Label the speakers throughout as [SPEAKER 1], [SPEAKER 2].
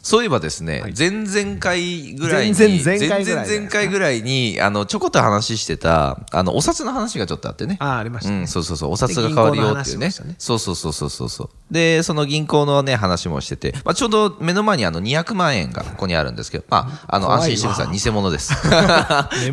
[SPEAKER 1] そういえばですね、
[SPEAKER 2] はい
[SPEAKER 1] 前々回ぐらいに、
[SPEAKER 2] 前々前回ぐらいだよね
[SPEAKER 1] 前々回ぐらいに、あの、ちょこっと話してた、あの、お札の話がちょっとあってね。
[SPEAKER 2] ああ、ありました
[SPEAKER 1] う
[SPEAKER 2] ね。
[SPEAKER 1] ん、そうそうそう、お札が変わるよっていうね
[SPEAKER 2] で銀行の話もしたね。
[SPEAKER 1] そうそうそうそうそうそう。で、その銀行のね、話もしてて、まあ、ちょうど目の前にあの200万円がここにあるんですけど、まあ、あの、
[SPEAKER 2] 怖いわ
[SPEAKER 1] 安心してください。偽物です。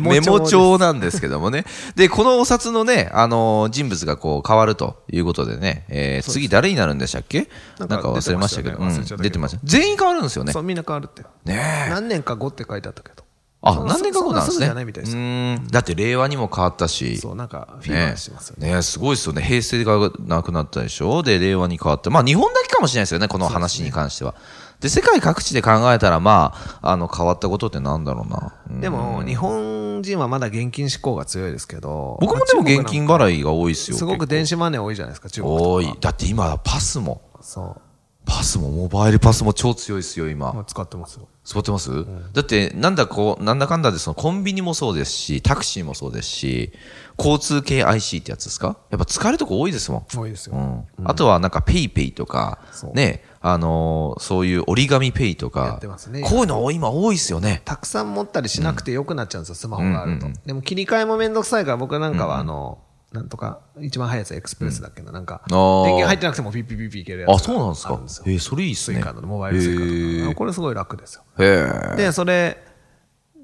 [SPEAKER 2] メモ
[SPEAKER 1] メ
[SPEAKER 2] 帳です
[SPEAKER 1] モ帳なんですけどもね。で、このお札のね、あの、人物がこう変わるということでね、えー次誰になるんでしたっけな
[SPEAKER 2] なんん
[SPEAKER 1] か
[SPEAKER 2] か
[SPEAKER 1] 忘れましたけど、
[SPEAKER 2] 出てましたよね忘
[SPEAKER 1] う
[SPEAKER 2] れちゃ
[SPEAKER 1] ん
[SPEAKER 2] ったけど
[SPEAKER 1] 出てました。全員変わるんですよね
[SPEAKER 2] そ。う、みんな変わるって。
[SPEAKER 1] ねえ。
[SPEAKER 2] 何年か後って書いてあったけど。
[SPEAKER 1] あ
[SPEAKER 2] そ、
[SPEAKER 1] 何年か後なんです
[SPEAKER 2] そ
[SPEAKER 1] ね。
[SPEAKER 2] そなぐじゃないみたいです
[SPEAKER 1] う
[SPEAKER 2] よ。
[SPEAKER 1] ーん。だって令和にも変わったし。
[SPEAKER 2] そう、なんか、フィーバ
[SPEAKER 1] ね
[SPEAKER 2] ーしてますよね。
[SPEAKER 1] ねすごいですよね。平成がなくなったでしょで、令和に変わって。まあ、日本だけかもしれないですよね、この話に関しては。で、世界各地で考えたら、まあ、あの、変わったことってなんだろうな。うん
[SPEAKER 2] でも、日本人はまだ現金志向が強いですけど。
[SPEAKER 1] 僕もでも
[SPEAKER 2] まあ中国な
[SPEAKER 1] 現
[SPEAKER 2] んか
[SPEAKER 1] 金払いが多いですよ。
[SPEAKER 2] すごく電子マネー多いじゃないですか、中国とか。
[SPEAKER 1] 多い。だって今、パスも、
[SPEAKER 2] そ
[SPEAKER 1] パスも、モバイルパスも超強いですよ、今
[SPEAKER 2] う。も。う使ってますよ。
[SPEAKER 1] 座ってます、だって、なんだこう、なんだかんだで、そのコンビニもそうですし、タクシーもそうですし、交通系 IC ってやつですかやっぱ使えるとこ多いですもん。
[SPEAKER 2] 多いです
[SPEAKER 1] う
[SPEAKER 2] よ。
[SPEAKER 1] んあとはなんかペイペイとか
[SPEAKER 2] そ、う
[SPEAKER 1] ね、あのーそういう折り紙ペイと
[SPEAKER 2] や
[SPEAKER 1] か
[SPEAKER 2] って、ますね
[SPEAKER 1] こういうの今多いですよね。
[SPEAKER 2] たくさん持ったりしなくてよくなっちゃうんですよ、スマホがあると
[SPEAKER 1] うんうん。
[SPEAKER 2] でも切り替えもめんどくさいから、僕なんかはあの、なんとか、一番早いやつはエクスプレスだっけど、なんか、
[SPEAKER 1] あー
[SPEAKER 2] 電源入ってなくてもピッピッピッピッいけるやつが
[SPEAKER 1] あ、そうなんです
[SPEAKER 2] あ
[SPEAKER 1] か
[SPEAKER 2] るんですよ。
[SPEAKER 1] えーそれいいっす
[SPEAKER 2] スイ
[SPEAKER 1] ね。
[SPEAKER 2] カのモバイルスイカ
[SPEAKER 1] へ
[SPEAKER 2] と
[SPEAKER 1] ー
[SPEAKER 2] か。これすごい楽ですよ。
[SPEAKER 1] へえ。
[SPEAKER 2] で、それ、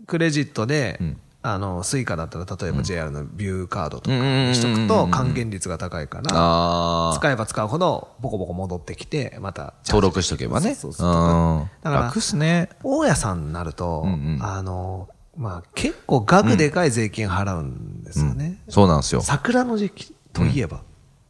[SPEAKER 2] クレジットで、あの、スイカだったら、例えば JR のビューカードとかにしとくと、還元率が高いから、
[SPEAKER 1] ああ、
[SPEAKER 2] 使えば使うほど、ボコボコ戻ってきて、また、
[SPEAKER 1] 登録しとけばね。
[SPEAKER 2] そうそうそう
[SPEAKER 1] うん
[SPEAKER 2] だから
[SPEAKER 1] 楽っすね。
[SPEAKER 2] 大家さんになると、
[SPEAKER 1] んうん
[SPEAKER 2] あの、まあ、結構額でかい税金払うんですよね。
[SPEAKER 1] そうなんですよ。
[SPEAKER 2] 桜の時期といえば、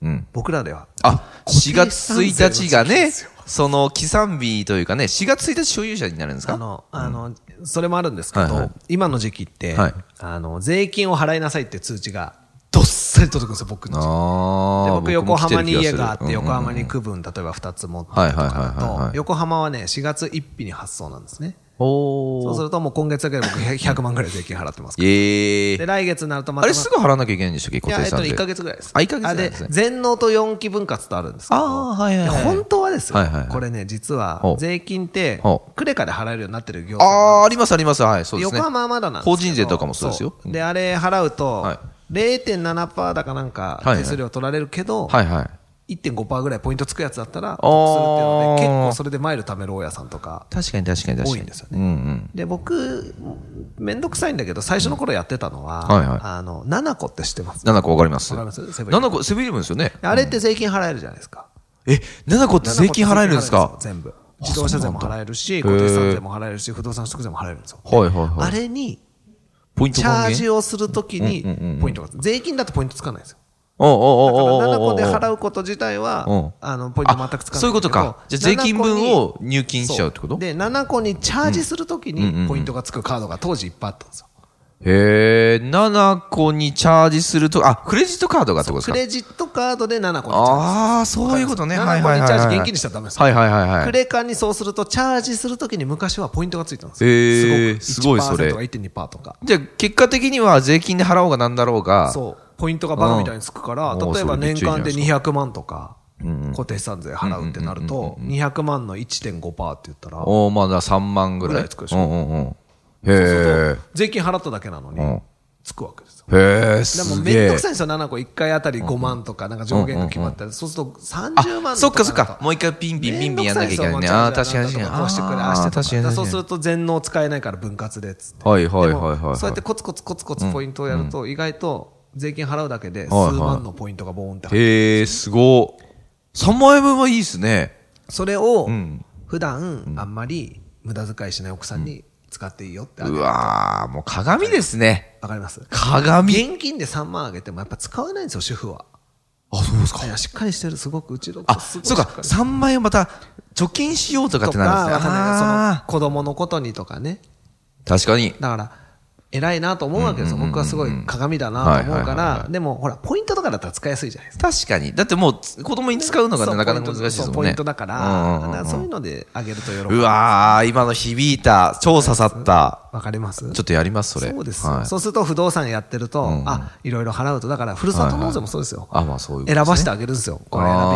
[SPEAKER 1] うん。
[SPEAKER 2] 僕らでは、
[SPEAKER 1] あ、
[SPEAKER 2] 固定
[SPEAKER 1] 4月1日が
[SPEAKER 2] 資産税の時期で
[SPEAKER 1] ね
[SPEAKER 2] すよ、
[SPEAKER 1] その、起算日というかね、4月1日所有者になるんです
[SPEAKER 2] あ
[SPEAKER 1] か
[SPEAKER 2] の、あの、それもあるんですけど、
[SPEAKER 1] はいはい
[SPEAKER 2] 今の時期って、
[SPEAKER 1] はい
[SPEAKER 2] あの、税金を払いなさいって通知が、どっさり届くんですよ、僕の家
[SPEAKER 1] あ
[SPEAKER 2] で
[SPEAKER 1] あ。
[SPEAKER 2] 僕横浜に家があっ
[SPEAKER 1] 僕も来
[SPEAKER 2] て、
[SPEAKER 1] る気
[SPEAKER 2] 横
[SPEAKER 1] がする
[SPEAKER 2] 浜に区分、例えば2つ持ってるとか
[SPEAKER 1] はいはいはいはい
[SPEAKER 2] だ
[SPEAKER 1] はい
[SPEAKER 2] と、横浜はね、4月1日に発送なんですね。
[SPEAKER 1] お
[SPEAKER 2] そうす
[SPEAKER 1] ー。
[SPEAKER 2] るともう今月だけで僕100万ぐらい税金払ってますか ら。
[SPEAKER 1] ええ
[SPEAKER 2] で、。来月になるとま
[SPEAKER 1] あ
[SPEAKER 2] た。
[SPEAKER 1] れすぐ払わなきゃいけないんでしたっけ
[SPEAKER 2] い
[SPEAKER 1] 固
[SPEAKER 2] や、え
[SPEAKER 1] 定
[SPEAKER 2] っと
[SPEAKER 1] さん
[SPEAKER 2] ね、
[SPEAKER 1] で。
[SPEAKER 2] 1ヶ月ぐらいです。
[SPEAKER 1] あ1ヶ月ぐらい
[SPEAKER 2] で
[SPEAKER 1] ですね
[SPEAKER 2] 全納と4期分割とあるんですけど。
[SPEAKER 1] あーはいはいはい
[SPEAKER 2] で本当はですよ
[SPEAKER 1] はいはい。
[SPEAKER 2] これね、実
[SPEAKER 1] ほ
[SPEAKER 2] は
[SPEAKER 1] う、
[SPEAKER 2] 税金って
[SPEAKER 1] ほ、
[SPEAKER 2] クレカで払えるようになってる業者
[SPEAKER 1] ああ、ありますあります。はい、そうですね。
[SPEAKER 2] 横浜はまだなんですけど
[SPEAKER 1] 法人税とかもそうですよ。
[SPEAKER 2] で、あれ払うと、
[SPEAKER 1] はい
[SPEAKER 2] 0.7%だかなんか
[SPEAKER 1] はいはい
[SPEAKER 2] 手数料取られるけど、
[SPEAKER 1] はいはい。
[SPEAKER 2] 1.5%ぐらいポイントつくやつだった
[SPEAKER 1] あ
[SPEAKER 2] ら、
[SPEAKER 1] ー
[SPEAKER 2] 得するっていうので、結構それでマイル貯める大家さんとか。
[SPEAKER 1] 確かに確かに確かに。
[SPEAKER 2] 多いんですよね
[SPEAKER 1] うんうん。
[SPEAKER 2] で、僕、めんどくさいんだけど、最初の頃やってたのは、
[SPEAKER 1] うんはいはい
[SPEAKER 2] あの、7個って知ってます
[SPEAKER 1] 7個わかります。
[SPEAKER 2] わかりますセブンイレブン
[SPEAKER 1] 7個、セブンイレブンですよね。
[SPEAKER 2] あれって税金払えるじゃないですか。
[SPEAKER 1] え、7個って税金払えるんですか
[SPEAKER 2] 全部。自動車税も払えるし、
[SPEAKER 1] そうな
[SPEAKER 2] 固
[SPEAKER 1] んだ
[SPEAKER 2] 定資産税も払えるし、不動産取得税も払えるんですよ。
[SPEAKER 1] はいはいはい
[SPEAKER 2] あれに、
[SPEAKER 1] ポイント
[SPEAKER 2] チ
[SPEAKER 1] 還
[SPEAKER 2] ャー
[SPEAKER 1] 元
[SPEAKER 2] ジをするときに
[SPEAKER 1] うんうんうんうん、
[SPEAKER 2] ポイントが、税金だとポイントつかないんですよ。
[SPEAKER 1] おうお
[SPEAKER 2] だから
[SPEAKER 1] うおうおうおうお
[SPEAKER 2] 7個
[SPEAKER 1] う
[SPEAKER 2] で払うこと自体は、あの、ポイント全くつかないんだけ
[SPEAKER 1] あ
[SPEAKER 2] ど。
[SPEAKER 1] そういうことか。じゃあ税金分を入金しちゃうってこと
[SPEAKER 2] そうで、7個にチャージするときに、ポイントがつくカードが当時いっぱいあったんですよ。
[SPEAKER 1] へえ、7個にチャージすると、あ、クレジットカードがってことです
[SPEAKER 2] ク
[SPEAKER 1] か
[SPEAKER 2] レジットカードで7個にチャージする。
[SPEAKER 1] ああ、そういうことね。
[SPEAKER 2] わ
[SPEAKER 1] は
[SPEAKER 2] か
[SPEAKER 1] い
[SPEAKER 2] り
[SPEAKER 1] は
[SPEAKER 2] ます
[SPEAKER 1] いはい。
[SPEAKER 2] 7個にチャージ現金にしちゃダメですよ
[SPEAKER 1] はいはいはいはい。
[SPEAKER 2] クレカにそうすると、チャージするときに昔はポイントがついたんです
[SPEAKER 1] へー
[SPEAKER 2] よ。
[SPEAKER 1] すごいそれ
[SPEAKER 2] とか1.2%とか。
[SPEAKER 1] じゃあ、結果的には税金で払おうがなんだろうが、
[SPEAKER 2] そう。ポイントがバカみたいにつくから、
[SPEAKER 1] うん
[SPEAKER 2] 例え
[SPEAKER 1] おー
[SPEAKER 2] ば年間で
[SPEAKER 1] それめっちゃいいじ
[SPEAKER 2] 200万とか、固定資産税払うってなると、200万の1.5%って言ったら、
[SPEAKER 1] おおまだ3万ぐらい。
[SPEAKER 2] ぐらいつくでしょ
[SPEAKER 1] うんうんうん。へ
[SPEAKER 2] 税金払っただけなのに
[SPEAKER 1] ん、
[SPEAKER 2] つくわけですよ。
[SPEAKER 1] え。へえ、
[SPEAKER 2] ですも
[SPEAKER 1] げえ。
[SPEAKER 2] めんどくさいんですよ、7個。1回あたり5万とか、なんか上限が決まったり。そうすると
[SPEAKER 1] あ
[SPEAKER 2] 30万とかだと
[SPEAKER 1] そっかそっか。もう一回ピンピンピンピンやんなきゃいけないね。ああ、確かに確かに。
[SPEAKER 2] こうしてくれ、あ
[SPEAKER 1] あ
[SPEAKER 2] あ
[SPEAKER 1] ー
[SPEAKER 2] して
[SPEAKER 1] 確かに確
[SPEAKER 2] だら
[SPEAKER 1] か
[SPEAKER 2] そう
[SPEAKER 1] に
[SPEAKER 2] すると全能使えないから分割でっつって。
[SPEAKER 1] はいはい
[SPEAKER 2] で
[SPEAKER 1] はい
[SPEAKER 2] も
[SPEAKER 1] はいはい。
[SPEAKER 2] そうやってコツコツコツコツポイントをやると、意外と税金払うだけで数
[SPEAKER 1] はいはい
[SPEAKER 2] 万のポイントがボーンって入る。
[SPEAKER 1] へえ、すごい。3万円分はいいですね。
[SPEAKER 2] それを
[SPEAKER 1] ん、
[SPEAKER 2] 普段あんまり無駄遣いしない奥さんに使っていいよってあげ
[SPEAKER 1] う
[SPEAKER 2] る。
[SPEAKER 1] わー、もう鏡ですね。
[SPEAKER 2] わかります
[SPEAKER 1] 鏡。
[SPEAKER 2] 現金で3万あげてもやっぱ使わないんですよ、主婦は。
[SPEAKER 1] あ、そうですか
[SPEAKER 2] い。や、しっかりしてる、すごくうちの。
[SPEAKER 1] あ、
[SPEAKER 2] すごい
[SPEAKER 1] そうか。
[SPEAKER 2] しっり
[SPEAKER 1] 3万円また貯金しようとかっ
[SPEAKER 2] と
[SPEAKER 1] て
[SPEAKER 2] か、
[SPEAKER 1] なるんですね。
[SPEAKER 2] わかんないけどその
[SPEAKER 1] あ
[SPEAKER 2] 子供のことにとかね。
[SPEAKER 1] 確かに。
[SPEAKER 2] だから、偉いなと思うわけですよ。僕はすごい鏡だなと思う
[SPEAKER 1] はいは
[SPEAKER 2] か
[SPEAKER 1] いはいは
[SPEAKER 2] ら、でもほら、ポイントとかだったら使いやすいじゃないですか。
[SPEAKER 1] 確かに。だってもう、つ子供に使うのが
[SPEAKER 2] そ
[SPEAKER 1] ね
[SPEAKER 2] う
[SPEAKER 1] なかなか難しいですもんね。
[SPEAKER 2] ポイントそうポイントだから、
[SPEAKER 1] うんうんうん
[SPEAKER 2] だからそういうのであげると喜ぶ。
[SPEAKER 1] うわー、今の響いた。超刺さった。
[SPEAKER 2] わかります
[SPEAKER 1] ちょっとやります、それ。
[SPEAKER 2] そうですよ、
[SPEAKER 1] はい
[SPEAKER 2] そうすると不動産やってると、
[SPEAKER 1] ん
[SPEAKER 2] あ、いろいろ払うと、だからふるさと納税もそうですよ。
[SPEAKER 1] あ、まあそういうことですね、
[SPEAKER 2] 選ばしてあげるんですよ。これ選びなっ
[SPEAKER 1] ああ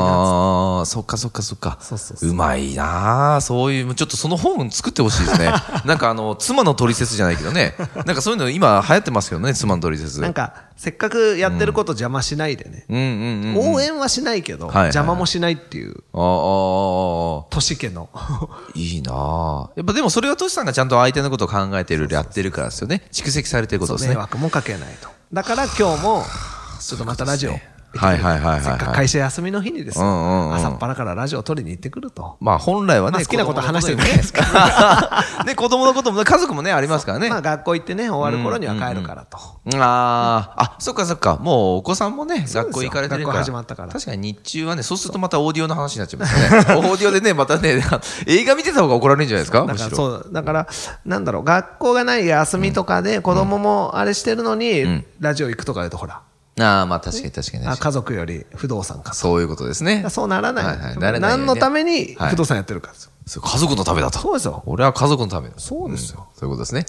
[SPEAKER 1] ー、そっかそっかそっか。
[SPEAKER 2] そうそうそう
[SPEAKER 1] まいなあそういう、ちょっとその本作ってほしい ですね。なんかあの、妻の取説じゃないけどね。なんかそういうの今流行ってますけどね、妻の取説。
[SPEAKER 2] つなんか、せっかくやってること邪魔しないでね。
[SPEAKER 1] うんうんうん。
[SPEAKER 2] 応援はしないけど、
[SPEAKER 1] はいはいはい
[SPEAKER 2] 邪魔もしないっていう、
[SPEAKER 1] あーあー、あー
[SPEAKER 2] 都市家の。
[SPEAKER 1] あーいいなあやっぱでもそれはトシさんがちゃんと相手のことを考えてる、やってるからですよね。蓄積されてることです
[SPEAKER 2] 迷
[SPEAKER 1] ね。
[SPEAKER 2] 惑もかけないと。だから今日も、ちょっとまたラジオ。
[SPEAKER 1] はいはいはいはいはい
[SPEAKER 2] せっかく会社休みの日にですね、
[SPEAKER 1] うんうんうん
[SPEAKER 2] 朝っぱらからラジオを取りに行ってくると。
[SPEAKER 1] まあ本来は
[SPEAKER 2] ま
[SPEAKER 1] ね、
[SPEAKER 2] あ好きなこと話してる
[SPEAKER 1] 子
[SPEAKER 2] じ
[SPEAKER 1] 供
[SPEAKER 2] ゃない
[SPEAKER 1] の
[SPEAKER 2] で
[SPEAKER 1] こ
[SPEAKER 2] す
[SPEAKER 1] と
[SPEAKER 2] か。
[SPEAKER 1] ね、ね子供のことも、家族もね、ありますからね。
[SPEAKER 2] まあ学校行ってね、終わる頃には帰るからと。
[SPEAKER 1] あーあ、そっかそっか、もうお子さんもね、学校行かれてるから、
[SPEAKER 2] 学校始まったから
[SPEAKER 1] 確かに日中はね、そうするとまたオーディオの話になっちゃいます よね、オーディオでね、またね、 映画見てた方が怒られるんじゃないですか、
[SPEAKER 2] だ
[SPEAKER 1] む
[SPEAKER 2] か
[SPEAKER 1] し
[SPEAKER 2] ら
[SPEAKER 1] ろ。
[SPEAKER 2] そうだから、なんだろう、学校がない休みとかで、子供もあれしてるのに、ラジオ行くとか言うと、ほら、
[SPEAKER 1] ああ、まあ確かに確かに
[SPEAKER 2] あ
[SPEAKER 1] 確か
[SPEAKER 2] 家族より不動産か
[SPEAKER 1] に。そういうことですね。
[SPEAKER 2] と。そうならない。
[SPEAKER 1] はいはいならないようにね
[SPEAKER 2] 何のために
[SPEAKER 1] はい
[SPEAKER 2] 不動産やってるかですよ。
[SPEAKER 1] そう家族のためだと。
[SPEAKER 2] そうですよ。
[SPEAKER 1] 俺は家族のためだ。
[SPEAKER 2] そうですよ
[SPEAKER 1] うんそういうことですね。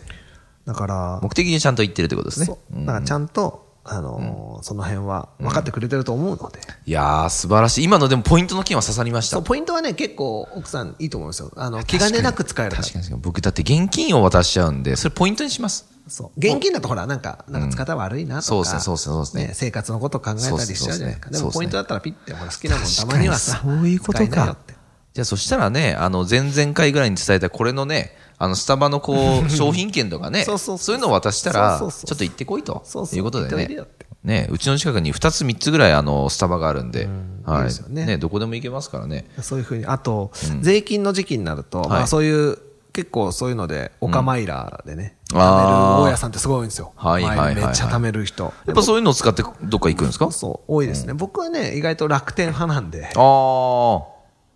[SPEAKER 2] だから、
[SPEAKER 1] 目的にちゃんと言ってるってことですね
[SPEAKER 2] そ。うだからちゃんと、あのーその辺は分かってくれてると思うので。
[SPEAKER 1] いやー、素晴らしい。今のでもポイントの件は刺さりました
[SPEAKER 2] そう、。ポイントはね、結構奥さんいいと思うんですよ。あの、気兼ねなく使えるから
[SPEAKER 1] 確。かに確かに僕だって現金を渡しちゃうんで、それポイントにします。
[SPEAKER 2] そう。現金だとほら、なんか、なんか使い方悪いなとか。
[SPEAKER 1] そうですねそうですねそうですね
[SPEAKER 2] 生活のこと考えたりしちゃうじゃないです
[SPEAKER 1] そ
[SPEAKER 2] か。で
[SPEAKER 1] うですねそうですね
[SPEAKER 2] もポイントだったらピッて、ほら、好きなもんたまにはさ。
[SPEAKER 1] 確かにそういうこと
[SPEAKER 2] 使なよ
[SPEAKER 1] か
[SPEAKER 2] って。
[SPEAKER 1] じゃあそしたらね、あの前々回ぐらいに伝えたこれのね、あのスタバのこ う商品券とかね、
[SPEAKER 2] そうそうそ
[SPEAKER 1] そ
[SPEAKER 2] う
[SPEAKER 1] ういうのを渡したら、ち
[SPEAKER 2] そ
[SPEAKER 1] ょ
[SPEAKER 2] う
[SPEAKER 1] っ
[SPEAKER 2] そうそう
[SPEAKER 1] と行ってこいと
[SPEAKER 2] そうそう
[SPEAKER 1] いうことで
[SPEAKER 2] 行っておいで
[SPEAKER 1] ね
[SPEAKER 2] よって。
[SPEAKER 1] ね、うちの近くに2つ3つぐらいあのスタバがあるんで、
[SPEAKER 2] いい
[SPEAKER 1] は
[SPEAKER 2] ですよ
[SPEAKER 1] い。
[SPEAKER 2] ね
[SPEAKER 1] ね、どこでも行けますからね。
[SPEAKER 2] そういうふうに。あと、税金の時期になると、ま
[SPEAKER 1] は
[SPEAKER 2] あ
[SPEAKER 1] い
[SPEAKER 2] そういう、結構そういうので、オカマイラーでね、
[SPEAKER 1] うん
[SPEAKER 2] 貯
[SPEAKER 1] あー
[SPEAKER 2] める大家さんってすごいんですよ。
[SPEAKER 1] はいはいはいはい
[SPEAKER 2] めっちゃ貯める人。
[SPEAKER 1] やっぱそういうのを使ってどっか行くんですか
[SPEAKER 2] そう、多いですね。僕はね、意外と楽天派なんで
[SPEAKER 1] あ、ー。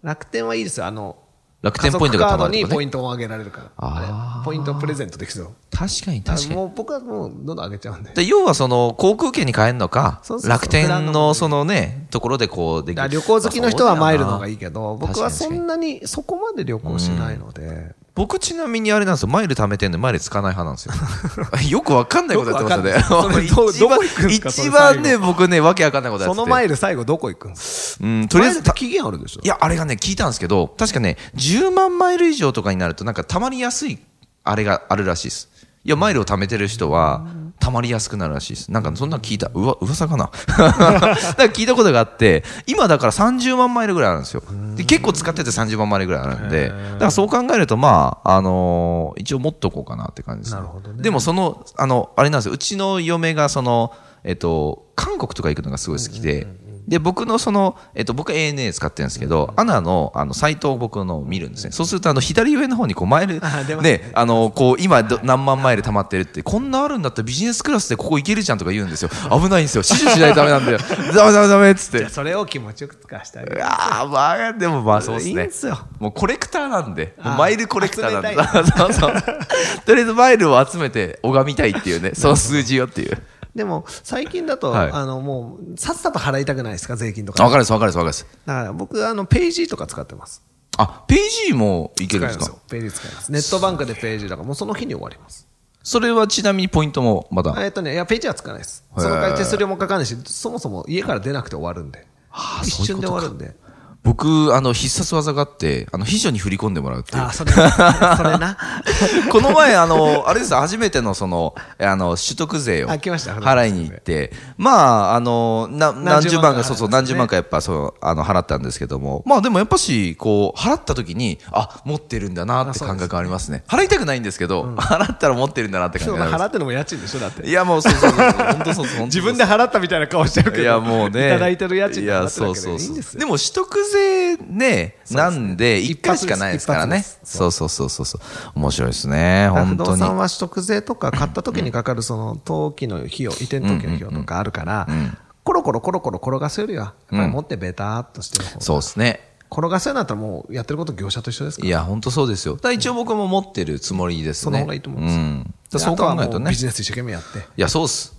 [SPEAKER 2] 楽天はいいですよ。あの、
[SPEAKER 1] 楽天ポイントがた
[SPEAKER 2] 家族カ
[SPEAKER 1] ま
[SPEAKER 2] ード
[SPEAKER 1] ると
[SPEAKER 2] に
[SPEAKER 1] か
[SPEAKER 2] ポイ
[SPEAKER 1] ね。
[SPEAKER 2] ントを上げられるから。
[SPEAKER 1] あー
[SPEAKER 2] あれポイントをプレゼントできるぞ。
[SPEAKER 1] 確かに確かに。
[SPEAKER 2] もう僕はもうどんどん上げちゃうんで。
[SPEAKER 1] で要はその航空券に変えるのか
[SPEAKER 2] そうそうそ、う
[SPEAKER 1] 楽天
[SPEAKER 2] ブランド
[SPEAKER 1] の
[SPEAKER 2] の
[SPEAKER 1] そのね、ところでこうで
[SPEAKER 2] だ
[SPEAKER 1] き
[SPEAKER 2] から
[SPEAKER 1] る。
[SPEAKER 2] 旅行好きの人はマイルの方がいいけど、
[SPEAKER 1] まあ
[SPEAKER 2] 僕はそんなにそこまで旅行しないので、
[SPEAKER 1] 僕ちなみにあれなんですよ、マイル貯めてんのマイル使わない派なんですよ。 よくわかんないことやってますよね
[SPEAKER 2] よくわか んないそれど
[SPEAKER 1] 一番
[SPEAKER 2] どこ行くんですか
[SPEAKER 1] 一番
[SPEAKER 2] それ
[SPEAKER 1] ね、
[SPEAKER 2] 最
[SPEAKER 1] 僕ね、わけわかんないことやって
[SPEAKER 2] そ
[SPEAKER 1] て。
[SPEAKER 2] のマイル最後どこ行くんです
[SPEAKER 1] うん、とりあえず
[SPEAKER 2] マイルって、期限あるでしょ
[SPEAKER 1] いや、あれがね、聞いたんですけど、確かね、10万マイル以上とかになると、なんか溜まりやすい、あれがあるらしいです。いや、マイルを貯めてる人は、溜まりやすくなるらしいです。なんか、そんなの聞いた。うわ、噂かな なんか聞いたことがあって、今だから30万マイルぐらいあるんですよ。で、結構使ってて30万マイルぐらいあるんで、だからそう考えると、まあ、あのー一応持っとこうかなって感じです、
[SPEAKER 2] なるほどね
[SPEAKER 1] でも、その、あの、あれなんですよ。うちの嫁が、その、えっと、韓国とか行くのがすごい好きで、で、僕のその、えっと、僕は ANA 使ってるんですけど、アナの、あの、サイトを僕の見るんですね。そうすると、あの、左上の方に、こう、マイル、
[SPEAKER 2] あ出ますね
[SPEAKER 1] ね、あの、こう、今ど、何万マイル溜まってるって、こんなあるんだったらビジネスクラスでここ行けるじゃんとか言うんですよ。危ないんですよ。死守しないとダメなんだよ。ダメダメダメっつって
[SPEAKER 2] じゃあ。それを気持ちよく使わせてあげる。
[SPEAKER 1] ああ、まあ、でもまあそうです
[SPEAKER 2] いいん
[SPEAKER 1] ね。
[SPEAKER 2] すよ。
[SPEAKER 1] もうコレクターなんで、
[SPEAKER 2] あー
[SPEAKER 1] もうマイルコレクターなんで、
[SPEAKER 2] 集めた
[SPEAKER 1] そうそう。とりあえずマイルを集めて拝みたいっていうね、その数字よっていう。
[SPEAKER 2] でも、最近だと、
[SPEAKER 1] はい
[SPEAKER 2] あの、もう、さっさと払いたくないですか、税金と
[SPEAKER 1] あ
[SPEAKER 2] か。
[SPEAKER 1] わかるです、わかるです、わかるです。
[SPEAKER 2] だから僕、あの、ペイジーとか使ってます。
[SPEAKER 1] あ、ページもいけるんで
[SPEAKER 2] 使
[SPEAKER 1] す
[SPEAKER 2] えます
[SPEAKER 1] か
[SPEAKER 2] よ。ペイジー使います。ネットバンクでペイジーだから、もうその日に終わります。
[SPEAKER 1] それはちなみにポイントもまだ。
[SPEAKER 2] えっとね、いや、ペイジーは使わないです。
[SPEAKER 1] へー
[SPEAKER 2] その回手数料もかかんないし、そもそも家から出なくて終わるんで。
[SPEAKER 1] ー
[SPEAKER 2] 一瞬で終わるんで。
[SPEAKER 1] 僕、あの、必殺技があって、あの、秘書に振り込んでもらうっていう
[SPEAKER 2] あ。ー、それ、それ な。
[SPEAKER 1] この前、あの、あれです、初めてのその、あの、取得税を
[SPEAKER 2] あ来ました
[SPEAKER 1] 払いに行って、まあ、あの、な何
[SPEAKER 2] 何
[SPEAKER 1] 十
[SPEAKER 2] 十万か
[SPEAKER 1] 万か、そうそう、
[SPEAKER 2] 払いましたね
[SPEAKER 1] 何十万かやっぱ、そう、あの、払ったんですけども、まあでもやっぱし、こう、払った時に、あ、持ってるんだなって感覚ありますね。払いたくないんですけど、払ったら持ってるんだなって感
[SPEAKER 2] そう
[SPEAKER 1] 覚
[SPEAKER 2] だ
[SPEAKER 1] あり
[SPEAKER 2] 払
[SPEAKER 1] ま
[SPEAKER 2] ってのも家賃でしょだって
[SPEAKER 1] す。いや、もう、そうそうそう、本当そうそう、
[SPEAKER 2] 自分で払ったみたいな顔してるけど
[SPEAKER 1] いやもうね。
[SPEAKER 2] いただいてる家賃
[SPEAKER 1] い
[SPEAKER 2] で
[SPEAKER 1] や
[SPEAKER 2] 払ってる
[SPEAKER 1] そう
[SPEAKER 2] わけ
[SPEAKER 1] そ
[SPEAKER 2] で
[SPEAKER 1] う
[SPEAKER 2] いい
[SPEAKER 1] そ
[SPEAKER 2] ん
[SPEAKER 1] う
[SPEAKER 2] ですよ
[SPEAKER 1] も取得税ね、なんで、一回しかないですから
[SPEAKER 2] 一
[SPEAKER 1] ね。
[SPEAKER 2] 発です
[SPEAKER 1] そうそうそうそうそう。面白いですね。
[SPEAKER 2] 不
[SPEAKER 1] 本当
[SPEAKER 2] 動
[SPEAKER 1] に。
[SPEAKER 2] 産は取得税とか買った時にかかるその登記の費用移転登記の費用とかあるからコロコロコロコロ転がすよりはやっぱり持ってベターっとしてる方が
[SPEAKER 1] そうですね。
[SPEAKER 2] 転がすようになったらもうやってること業者と一緒ですか
[SPEAKER 1] い
[SPEAKER 2] ら。
[SPEAKER 1] や、本当そうですよ。だから一応僕も持ってるつもりですね。
[SPEAKER 2] その方がいいと思うんですよ
[SPEAKER 1] んだからそう考えると
[SPEAKER 2] あはもう
[SPEAKER 1] ね。
[SPEAKER 2] ビ
[SPEAKER 1] い
[SPEAKER 2] ジネス一生懸命やって。
[SPEAKER 1] や、そうっす。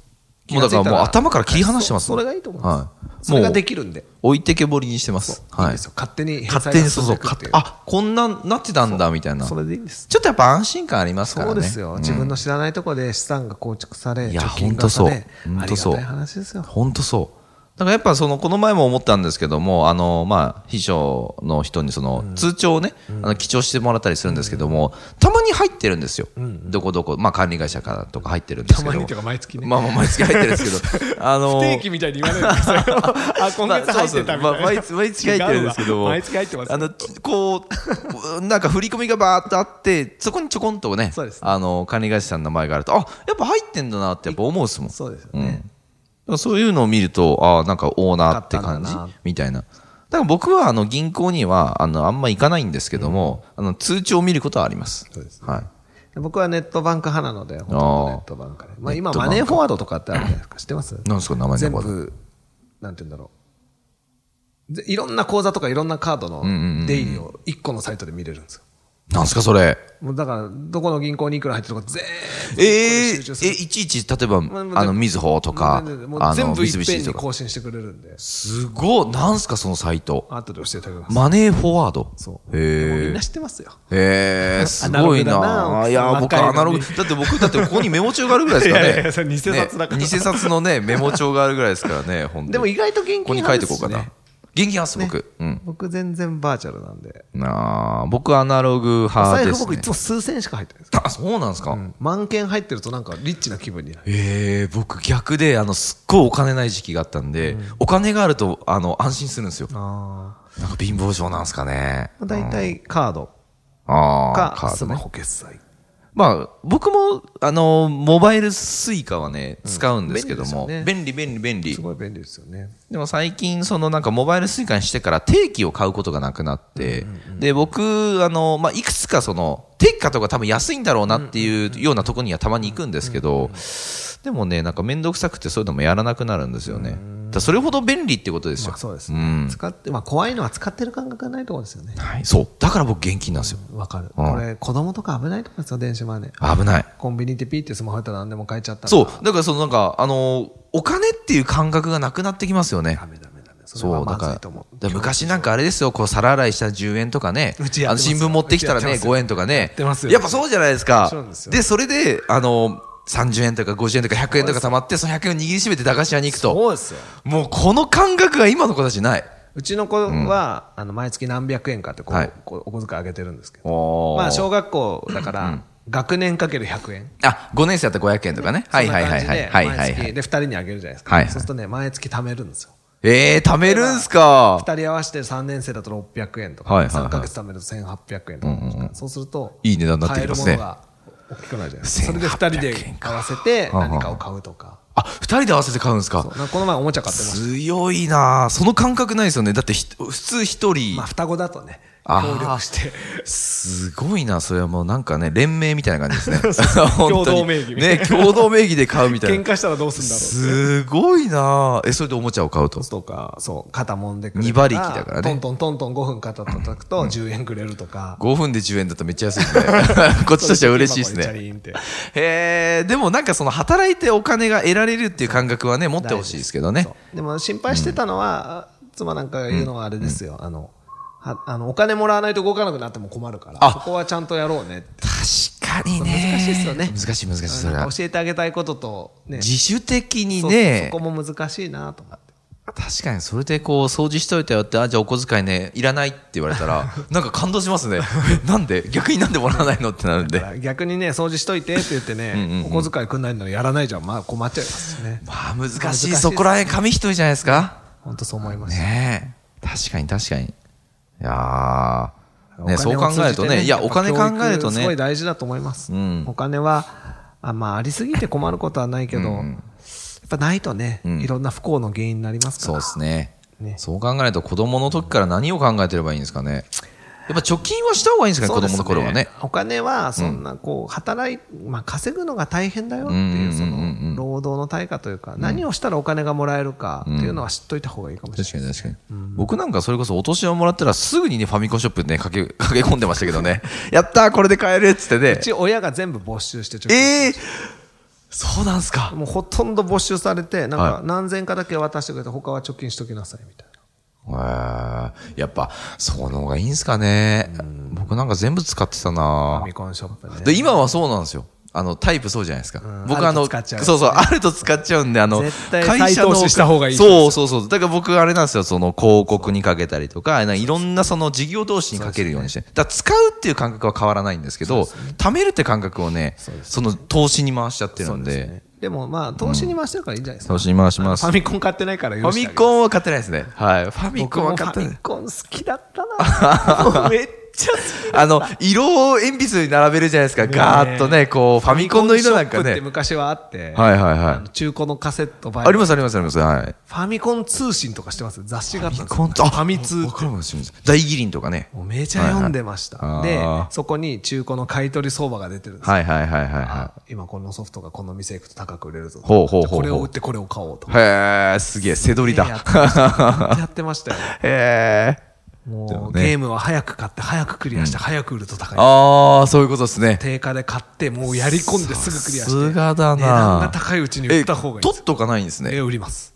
[SPEAKER 2] 気
[SPEAKER 1] もう
[SPEAKER 2] が
[SPEAKER 1] だ
[SPEAKER 2] ついた
[SPEAKER 1] かららもう頭から切り離してます。
[SPEAKER 2] そそれがいいと思います
[SPEAKER 1] はい。
[SPEAKER 2] それができるんで
[SPEAKER 1] もう置いてけぼりにしてます。
[SPEAKER 2] いい
[SPEAKER 1] はい
[SPEAKER 2] んですよ。。勝手に返済
[SPEAKER 1] 勝手に、そうそう。
[SPEAKER 2] が進ん
[SPEAKER 1] 勝
[SPEAKER 2] で
[SPEAKER 1] 手
[SPEAKER 2] いくっていう
[SPEAKER 1] あ、こんなんなってたんだ、みたいな。
[SPEAKER 2] そ
[SPEAKER 1] ちょ
[SPEAKER 2] れでいいんです。
[SPEAKER 1] っとやっぱ安心感ありますから
[SPEAKER 2] そ
[SPEAKER 1] ね。
[SPEAKER 2] うですよ。
[SPEAKER 1] ん
[SPEAKER 2] 自分の知らないところで資産が構築され、
[SPEAKER 1] いや
[SPEAKER 2] 貯金がされ、
[SPEAKER 1] 本
[SPEAKER 2] あり
[SPEAKER 1] 当
[SPEAKER 2] が
[SPEAKER 1] そう
[SPEAKER 2] たい話ですよ。
[SPEAKER 1] 本当そう。だからやっぱそのこの前も思ったんですけども、あのまあ、秘書の人にその通帳をね、あの記帳してもらったりするんですけども、たまに入ってるんですよ、どこどこ、まあ、管理会社からとか入ってるんですけど、
[SPEAKER 2] たまにっていうか毎月ね
[SPEAKER 1] まあ、まあ毎月入ってるんですけど、あの
[SPEAKER 2] みたいに言わない でください。あ、
[SPEAKER 1] まあそうそうまあ毎月毎月入ってるんですけ ども、あのこう なんか振り込みがバーっとあって、そこにちょこんとね
[SPEAKER 2] そうですね、
[SPEAKER 1] あの管理会社さんの名前があると、あやっぱ入ってんだなってやっぱ思うっすもん。
[SPEAKER 2] そうですよ
[SPEAKER 1] うん、だ
[SPEAKER 2] ね。
[SPEAKER 1] からそういうのを見ると、ああ、なんかオーナーって感じ
[SPEAKER 2] 買ったんだな
[SPEAKER 1] みたいな。だから僕はあの銀行にはあのあんま行かないんですけども、あの通帳を見ることはあります。
[SPEAKER 2] そうです
[SPEAKER 1] はい。
[SPEAKER 2] 僕はネットバンク派なので、本当
[SPEAKER 1] あー
[SPEAKER 2] ネットバンクで。まあ
[SPEAKER 1] ネッ
[SPEAKER 2] 今、
[SPEAKER 1] トバン
[SPEAKER 2] マ
[SPEAKER 1] ク
[SPEAKER 2] ネーフォワードとかってあるじゃないですか。知ってます
[SPEAKER 1] なんですか名前の
[SPEAKER 2] 全
[SPEAKER 1] フォワード
[SPEAKER 2] 部、なんて言うんだろう。ぜいろんな口座とかいろんなカード
[SPEAKER 1] んうんう
[SPEAKER 2] の
[SPEAKER 1] ん
[SPEAKER 2] 出入りを一個のサイトで見れるんですよ。
[SPEAKER 1] なんすかそれ。
[SPEAKER 2] もうだから、どこの銀行にいくら入ってるとか全部
[SPEAKER 1] え
[SPEAKER 2] ここで集中す
[SPEAKER 1] ー、え、
[SPEAKER 2] る
[SPEAKER 1] いちいち、例えば、
[SPEAKER 2] あもう
[SPEAKER 1] あの、みずほとか、
[SPEAKER 2] も
[SPEAKER 1] あ
[SPEAKER 2] う全
[SPEAKER 1] の、
[SPEAKER 2] 部
[SPEAKER 1] 三
[SPEAKER 2] いっぺん
[SPEAKER 1] 菱
[SPEAKER 2] に
[SPEAKER 1] とか。
[SPEAKER 2] 更新してくれるんで、
[SPEAKER 1] すごい、なんすかそのサイト。
[SPEAKER 2] 後で教えてあげます。
[SPEAKER 1] マネーフォワード。
[SPEAKER 2] そう。もうみん
[SPEAKER 1] へえ
[SPEAKER 2] な。知ってますよ。
[SPEAKER 1] へえ、すごい
[SPEAKER 2] アナログだ
[SPEAKER 1] な。
[SPEAKER 2] ない
[SPEAKER 1] や、僕
[SPEAKER 2] 若いのに
[SPEAKER 1] アナログ。だって僕、だってここにメモ帳があるぐらいですからね。
[SPEAKER 2] いやいやそれ偽札だから
[SPEAKER 1] ね偽札のね、メモ帳があるぐらいですから ね、本当に
[SPEAKER 2] でも意外と現金
[SPEAKER 1] ここに書いておこうかな。現金派っす、僕。うん。
[SPEAKER 2] 僕全然バーチャルなんで。
[SPEAKER 1] なあ、僕アナログ
[SPEAKER 2] お
[SPEAKER 1] 派
[SPEAKER 2] 財
[SPEAKER 1] で
[SPEAKER 2] 布
[SPEAKER 1] す、
[SPEAKER 2] 僕い
[SPEAKER 1] ね
[SPEAKER 2] つ。も数千しか入ってないです。
[SPEAKER 1] あ、そうなんですか。
[SPEAKER 2] 万件入ってるとなんかリッチな気分になる。
[SPEAKER 1] ええ僕逆で、あの、すっごいお金ない時期があったんで、お金があると、あの、安心するんですよ。
[SPEAKER 2] あ
[SPEAKER 1] なんか貧乏症なんですかね。
[SPEAKER 2] あ。大体カード
[SPEAKER 1] ああ、カ
[SPEAKER 2] かス
[SPEAKER 1] ード
[SPEAKER 2] マ
[SPEAKER 1] ね。
[SPEAKER 2] ホ決済。
[SPEAKER 1] まあ、僕も、あの、モバイルスイカはね、使うんですけども、
[SPEAKER 2] 便利です
[SPEAKER 1] 便利、便利、便利
[SPEAKER 2] す。ごい便利ですよね。
[SPEAKER 1] でも最近、そのなんかモバイルスイカにしてから定期を買うことがなくなって、で、僕、あの、まあ、いくつかその、定期買った方が多分安いんだろうなっていうようなとこにはたまに行くんですけど、でもね、なんか面倒くさくてそういうのもやらなくなるんですよね。だからそれほど便利ってことですよ
[SPEAKER 2] まあ。そうです
[SPEAKER 1] う
[SPEAKER 2] ね
[SPEAKER 1] ん。
[SPEAKER 2] 使って、まあ怖いのは使ってる感覚がないところですよね。
[SPEAKER 1] はい、そう。だから僕現金なんですよ。
[SPEAKER 2] わかる。
[SPEAKER 1] うん
[SPEAKER 2] これ子供とか危ないところですよ、電子マネー。
[SPEAKER 1] 危ない。
[SPEAKER 2] コンビニでピーってスマホやったら何でも買えちゃったら
[SPEAKER 1] そう。だからそのなんか、あの、お金っていう感覚がなくなってきますよね。
[SPEAKER 2] ダメダメダメ。それ
[SPEAKER 1] そ
[SPEAKER 2] は
[SPEAKER 1] う、だ
[SPEAKER 2] まずい
[SPEAKER 1] か
[SPEAKER 2] と思う。
[SPEAKER 1] ら、昔なんかあれですよ、こう、皿洗いしたら10円とかね
[SPEAKER 2] うち、や
[SPEAKER 1] あ
[SPEAKER 2] って
[SPEAKER 1] の
[SPEAKER 2] ます
[SPEAKER 1] 新聞持ってきたら
[SPEAKER 2] うちや
[SPEAKER 1] ね、
[SPEAKER 2] ってます
[SPEAKER 1] 5円とかね
[SPEAKER 2] てます、よ
[SPEAKER 1] やっぱそうじゃないですか
[SPEAKER 2] そうなんです。よ
[SPEAKER 1] で、それで、あの、30円とか50円とか100円とか貯まって、その100円を握りしめて駄菓子屋に行くと、
[SPEAKER 2] そうですよ。
[SPEAKER 1] もうこの感覚が今の子たちない。
[SPEAKER 2] うちの子は、あの毎月何百円かってこう、
[SPEAKER 1] はい
[SPEAKER 2] こうお小遣いあげてるんですけど、
[SPEAKER 1] お
[SPEAKER 2] まあ小
[SPEAKER 1] ー
[SPEAKER 2] 学校だから、学年かける100円。
[SPEAKER 1] あ、5年生だったら500円とかね。はいはいはいはい。はい
[SPEAKER 2] そんな
[SPEAKER 1] は
[SPEAKER 2] 感
[SPEAKER 1] いは
[SPEAKER 2] じで毎月
[SPEAKER 1] い。
[SPEAKER 2] で、2人にあげるじゃないですか。
[SPEAKER 1] はいはい
[SPEAKER 2] そうするとね、毎月貯めるんですよ。
[SPEAKER 1] えー、貯めるんすか。
[SPEAKER 2] 2人合わせて3年生だと600円と
[SPEAKER 1] はい
[SPEAKER 2] か、
[SPEAKER 1] はいはい
[SPEAKER 2] 三ヶ3か月貯めると1800円とか、そうすると、
[SPEAKER 1] いい値段になってきますね
[SPEAKER 2] 買えるものが大きくなるじゃないですか。それで2
[SPEAKER 1] 1800
[SPEAKER 2] 人
[SPEAKER 1] 円
[SPEAKER 2] で合わせて何かを買うとか。
[SPEAKER 1] あ、2人で合わせて買うんですか
[SPEAKER 2] そう。なんかこの前おもちゃ買ってました。
[SPEAKER 1] 強いなあその感覚ないですよね。だってひ、普通一人。
[SPEAKER 2] まあ双子だとね、
[SPEAKER 1] あ
[SPEAKER 2] 協
[SPEAKER 1] ー
[SPEAKER 2] 力して。
[SPEAKER 1] すごいな、それはもうなんかね、連盟みたいな感じ ですね。本当に
[SPEAKER 2] 共同名義みたい
[SPEAKER 1] ね、共同名義 で買うみたい
[SPEAKER 2] 喧
[SPEAKER 1] な。
[SPEAKER 2] 嘩したらどうすんだろうって。
[SPEAKER 1] すごいなえ、それでおもちゃを買うと。
[SPEAKER 2] とか、そう、肩もんでくれ
[SPEAKER 1] 二馬力だからね
[SPEAKER 2] トントントントン5分肩叩くと10円くれるとか。
[SPEAKER 1] 5分で10円だとめっちゃ安いです ね。こっちとしては嬉しいです
[SPEAKER 2] チャリ
[SPEAKER 1] ね。
[SPEAKER 2] ンって
[SPEAKER 1] へえ、でもなんかその働いてお金が得られるっていう感覚はね、持ってほしいですけどね
[SPEAKER 2] そ。うでも心配してたのは、妻なんかが言うのはあれですよ。あの、はあの、お金もらわないと動かなくなっても困るから、
[SPEAKER 1] あ
[SPEAKER 2] そこはちゃんとやろうねって。
[SPEAKER 1] 確かにね。
[SPEAKER 2] 難しいですよね
[SPEAKER 1] 難しい難しい、それ
[SPEAKER 2] なん
[SPEAKER 1] は
[SPEAKER 2] か。教えてあげたいことと、ね。
[SPEAKER 1] 自主的に
[SPEAKER 2] そう
[SPEAKER 1] ね
[SPEAKER 2] そ。こも難しいなと思って。
[SPEAKER 1] 確かにそれでこう掃除しといたよってあじゃあお小遣いねいらないって言われたら なんか感動しますねえなんで逆になんでもらわないのってなるん で
[SPEAKER 2] だから逆にね、掃除しといてって言ってね、お小遣いくんないならやらないじゃん。まあ困っちゃいますしね。
[SPEAKER 1] まあ難しい
[SPEAKER 2] 難しいですね
[SPEAKER 1] そこらへん紙一重じゃないですか
[SPEAKER 2] 本当そう思いました。
[SPEAKER 1] ねえ確かに確かにいやー、ね、
[SPEAKER 2] お
[SPEAKER 1] そう
[SPEAKER 2] 金
[SPEAKER 1] 考
[SPEAKER 2] を
[SPEAKER 1] え
[SPEAKER 2] 通
[SPEAKER 1] る
[SPEAKER 2] じて
[SPEAKER 1] とねいやお金考えると
[SPEAKER 2] 教育すごい
[SPEAKER 1] ね
[SPEAKER 2] 大事だと思います。
[SPEAKER 1] うん
[SPEAKER 2] お金は、あまあ、ありすぎて困ることはないけど、やっぱないとね、
[SPEAKER 1] ん
[SPEAKER 2] いろんな不幸の原因になります
[SPEAKER 1] そう
[SPEAKER 2] か
[SPEAKER 1] ですね
[SPEAKER 2] ね
[SPEAKER 1] そう考えると子供の時から何を考えてればいいんですかね
[SPEAKER 2] ら。
[SPEAKER 1] やっぱ貯金はした方がいいんですかね、
[SPEAKER 2] そう
[SPEAKER 1] 子
[SPEAKER 2] です
[SPEAKER 1] 供の頃はね。
[SPEAKER 2] お金はそんなこう働い、まあ、稼ぐのが大変だよっていううんその
[SPEAKER 1] うんうんうん
[SPEAKER 2] 労働の対価というか、何をしたらお金がもらえるかっていうのは知っといた方がいいかもしれない。
[SPEAKER 1] 確かに確かに、僕なんかそれこそお年をもらったらすぐにねファミコンショップね駆け 駆け込んでましたけどね やったーこれで買えるっつってね
[SPEAKER 2] うち親が全部没収して貯金
[SPEAKER 1] えー、そうなんすか
[SPEAKER 2] もうほとんど没収されて、なん
[SPEAKER 1] は
[SPEAKER 2] か何千かだけ渡してくれて、他は貯金しときなさいみたいな。
[SPEAKER 1] へーやっぱその方がいいんすかね僕なんか全部使ってた
[SPEAKER 2] ファ
[SPEAKER 1] な
[SPEAKER 2] ミコンショップね。
[SPEAKER 1] で今はそうなんですよあのタイプそうじゃないですか、
[SPEAKER 2] ん
[SPEAKER 1] 僕あの
[SPEAKER 2] あると使っちゃう
[SPEAKER 1] そうそうあると使っちゃうんであの
[SPEAKER 2] 絶対再投資した方がいい
[SPEAKER 1] そうそうそうだから僕あれなんですよその広告にかけたりとかなんかいろんなその事業投資にかけるようにしてだから使うっていう感覚は変わらないんですけど貯めるって感覚をねその投資に回しちゃってるんで
[SPEAKER 2] ねでもまあ、投資に回してるからいいんじゃないですか。
[SPEAKER 1] 投資に回します
[SPEAKER 2] ファ
[SPEAKER 1] フ
[SPEAKER 2] ミコン買ってないから
[SPEAKER 1] ァミコ
[SPEAKER 2] ン
[SPEAKER 1] ンは買ってないですねはいファミ
[SPEAKER 2] 僕
[SPEAKER 1] コンは
[SPEAKER 2] もフ
[SPEAKER 1] 買って
[SPEAKER 2] ァ
[SPEAKER 1] ない
[SPEAKER 2] ミコン好きだっ たな。もうめっちゃ好き。
[SPEAKER 1] あの、色を鉛筆に並べるじゃないですか。ガーッとね、こう、ファミコンの色なんか
[SPEAKER 2] ファミコンショップって
[SPEAKER 1] ね。
[SPEAKER 2] 昔はあって、
[SPEAKER 1] はいはい
[SPEAKER 2] あ
[SPEAKER 1] は
[SPEAKER 2] の
[SPEAKER 1] い。
[SPEAKER 2] 中古のカセットバイ
[SPEAKER 1] ありますありますあります。はい。
[SPEAKER 2] ファミコン通信とかしてます雑誌があったんですよ
[SPEAKER 1] コント
[SPEAKER 2] ファミ通
[SPEAKER 1] わかるかもしれないです大義林とかね。
[SPEAKER 2] もうめちゃ読んでました。
[SPEAKER 1] はいはいあー
[SPEAKER 2] で、そこに中古の買い取り相場が出てるんですよ
[SPEAKER 1] はいはいはいはいは
[SPEAKER 2] あ今このソフトがこの店行くと高く売れるぞ。
[SPEAKER 1] ほうほうほうほう
[SPEAKER 2] これを売ってこれを買おうと。
[SPEAKER 1] い。へえ、すげえ、背取り だ。
[SPEAKER 2] ねやって ましたやってましたよ。
[SPEAKER 1] へえ。で
[SPEAKER 2] も
[SPEAKER 1] も
[SPEAKER 2] う、
[SPEAKER 1] ね
[SPEAKER 2] ゲームは早く買って、早くクリアして、早く売ると高い。
[SPEAKER 1] ああ、そういうことですね。
[SPEAKER 2] 定価で買って、もうやり込んですぐクリアし
[SPEAKER 1] さ
[SPEAKER 2] て。
[SPEAKER 1] すがだな
[SPEAKER 2] 値段が高いうちに売った方がいいで
[SPEAKER 1] 取
[SPEAKER 2] す。
[SPEAKER 1] っとかないんです
[SPEAKER 2] え、
[SPEAKER 1] ね。
[SPEAKER 2] 売ります。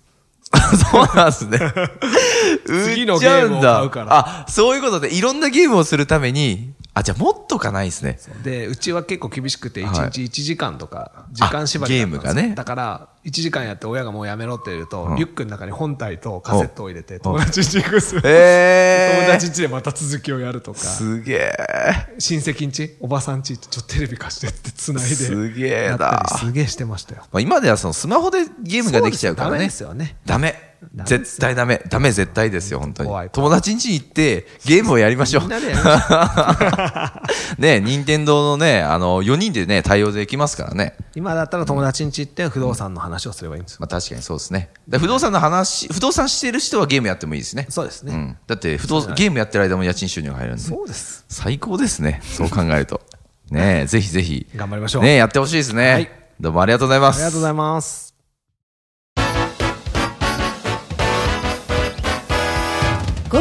[SPEAKER 1] そうなんですね。
[SPEAKER 2] 次のゲームを買うから
[SPEAKER 1] あ、そういうことで、いろんなゲームをするために、あ、じゃあ持っとかないんですね。
[SPEAKER 2] で、うちは結構厳しくて、
[SPEAKER 1] はい
[SPEAKER 2] 1日1時間とか、時間縛りだったんですよ
[SPEAKER 1] あゲームがね
[SPEAKER 2] だから、1時間やって親がもうやめろって言うと、リュックの中に本体とカセットを入れて、 友達んち行くんですよ。
[SPEAKER 1] へえ。
[SPEAKER 2] 友達んちでまた続きをやるとか。
[SPEAKER 1] すげえ。
[SPEAKER 2] 親戚んちおばさんちちょっとテレビ貸してってつないです
[SPEAKER 1] げえな
[SPEAKER 2] やったりすげえしてましたよ
[SPEAKER 1] まあ、今ではそのスマホでゲームができちゃうから
[SPEAKER 2] そう
[SPEAKER 1] ね
[SPEAKER 2] です。よダメですよね
[SPEAKER 1] ダメ。絶対ダメ。ダメ絶対ですよ、本当
[SPEAKER 2] 怖い
[SPEAKER 1] に。友達ん家に行ってゲームをやりましょう
[SPEAKER 2] みん。なでやりましょ う
[SPEAKER 1] ね、任天堂のね、あの、4人でね、対応できますからね。
[SPEAKER 2] 今だったら友達んち行って不動産の話をすればいいんですよ
[SPEAKER 1] まあ確かにそうですね。で不動産の話、不動産してる人はゲームやってもいいですね。
[SPEAKER 2] そうですね
[SPEAKER 1] ん。だって不動、ゲームやってる間も家賃収入が入るんで。
[SPEAKER 2] そうです
[SPEAKER 1] 最高ですね。そう考えると。ね えぜひぜひ。
[SPEAKER 2] 頑張りましょう
[SPEAKER 1] ねえやってほしいですね。
[SPEAKER 2] はい
[SPEAKER 1] どうもありがとうございま
[SPEAKER 2] あ
[SPEAKER 1] す。
[SPEAKER 2] りがとうございます
[SPEAKER 3] 今